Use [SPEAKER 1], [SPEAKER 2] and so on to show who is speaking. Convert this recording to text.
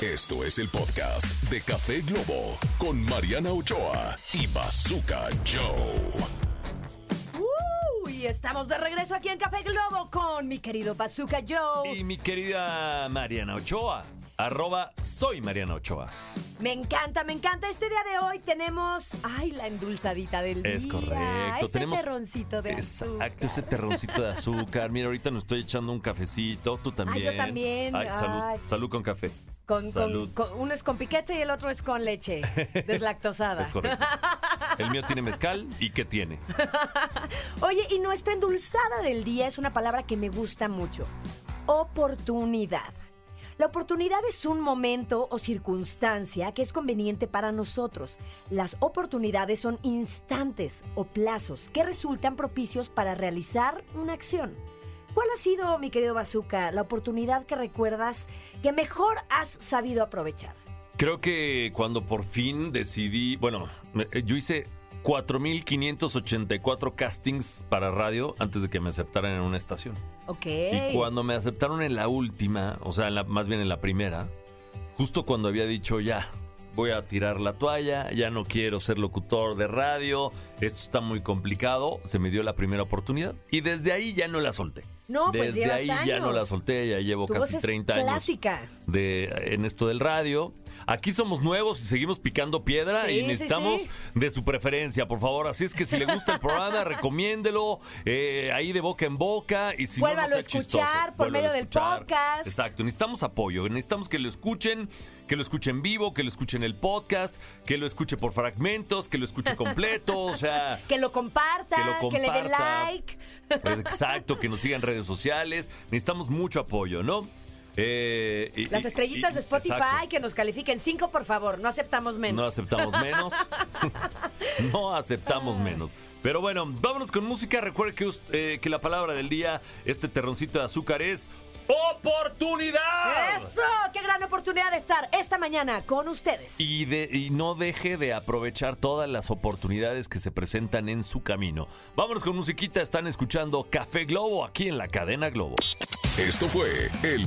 [SPEAKER 1] Esto es el podcast de Café Globo con Mariana Ochoa y Bazooka Joe.
[SPEAKER 2] Uh, Y estamos de regreso aquí en Café Globo con mi querido Bazooka Joe.
[SPEAKER 3] Y mi querida Mariana Ochoa, arroba soy Mariana Ochoa.
[SPEAKER 2] Me encanta, me encanta. Este día de hoy tenemos, ay, la endulzadita del
[SPEAKER 3] Es
[SPEAKER 2] día.
[SPEAKER 3] correcto.
[SPEAKER 2] Ese terroncito de
[SPEAKER 3] Exacto,
[SPEAKER 2] azúcar.
[SPEAKER 3] ese terroncito de azúcar. Mira, ahorita nos estoy echando un cafecito. Tú también.
[SPEAKER 2] Ah, también.
[SPEAKER 3] Ay, salud,
[SPEAKER 2] Ay.
[SPEAKER 3] salud con café.
[SPEAKER 2] Con, con-
[SPEAKER 3] salud.
[SPEAKER 2] con- uno es con piquete y el otro es con leche deslactosada.
[SPEAKER 3] Es correcto. El mío tiene mezcal. ¿Y qué tiene?
[SPEAKER 2] Oye, y nuestra endulzada del día es una palabra que me gusta mucho. Oportunidad. La oportunidad es un momento o circunstancia que es conveniente para nosotros. Las oportunidades son instantes o plazos que resultan propicios para realizar una acción. ¿Cuál ha sido, mi querido Bazooka, la oportunidad que recuerdas que mejor has sabido aprovechar?
[SPEAKER 3] Creo que cuando por fin decidí, bueno, me- eh, yo hice 4.584 castings para radio antes de que me aceptaran en una estación.
[SPEAKER 2] Ok.
[SPEAKER 3] Y cuando me aceptaron en la última, o sea, en la- más bien en la primera, justo cuando había dicho ya, voy a tirar la toalla, ya no quiero ser locutor de radio, esto está muy complicado, se me dio la primera oportunidad y desde ahí ya no la solté.
[SPEAKER 2] No, pues,
[SPEAKER 3] desde
[SPEAKER 2] llevas
[SPEAKER 3] ahí ya no
[SPEAKER 2] años.
[SPEAKER 3] la solté, ya llevo
[SPEAKER 2] Tu voz
[SPEAKER 3] casi
[SPEAKER 2] es
[SPEAKER 3] 30 años
[SPEAKER 2] clásica.
[SPEAKER 3] de, en esto del radio. Aquí somos nuevos y seguimos picando piedra
[SPEAKER 2] Sí,
[SPEAKER 3] y
[SPEAKER 2] sí,
[SPEAKER 3] necesitamos
[SPEAKER 2] sí.
[SPEAKER 3] de su preferencia, por favor. Así es que si le gusta el programa, recomiéndelo eh, ahí de boca en boca y si
[SPEAKER 2] Vuélvalo
[SPEAKER 3] no,
[SPEAKER 2] a
[SPEAKER 3] no sea chistoso,
[SPEAKER 2] escuchar por
[SPEAKER 3] vuélvalo a
[SPEAKER 2] medio del
[SPEAKER 3] escuchar.
[SPEAKER 2] podcast.
[SPEAKER 3] Exacto, necesitamos apoyo, necesitamos que lo escuchen, que lo escuchen vivo, que lo escuchen el podcast, que lo escuche por fragmentos, que lo escuche completo, o sea,
[SPEAKER 2] Que lo comparta,
[SPEAKER 3] que lo
[SPEAKER 2] que le dé
[SPEAKER 3] comparta.
[SPEAKER 2] like.
[SPEAKER 3] Pues, exacto, que nos sigan en redes sociales. Necesitamos mucho apoyo, ¿no? Eh, y-
[SPEAKER 2] Las
[SPEAKER 3] y-
[SPEAKER 2] estrellitas
[SPEAKER 3] y-
[SPEAKER 2] de Spotify
[SPEAKER 3] exacto.
[SPEAKER 2] que nos califiquen. Cinco, por favor, no aceptamos
[SPEAKER 3] No
[SPEAKER 2] menos.
[SPEAKER 3] aceptamos menos. no aceptamos menos. Pero bueno, vámonos con música. Recuerde que, us- eh, que la palabra del día, este terroncito de azúcar es oportunidad.
[SPEAKER 2] ¡Eso! ¡Qué gran oportunidad de estar esta mañana con ustedes!
[SPEAKER 3] Y, de- y no deje de aprovechar todas las oportunidades que se presentan en su camino. Vámonos con musiquita. Están escuchando Café Globo aquí en la cadena Globo.
[SPEAKER 1] Esto fue el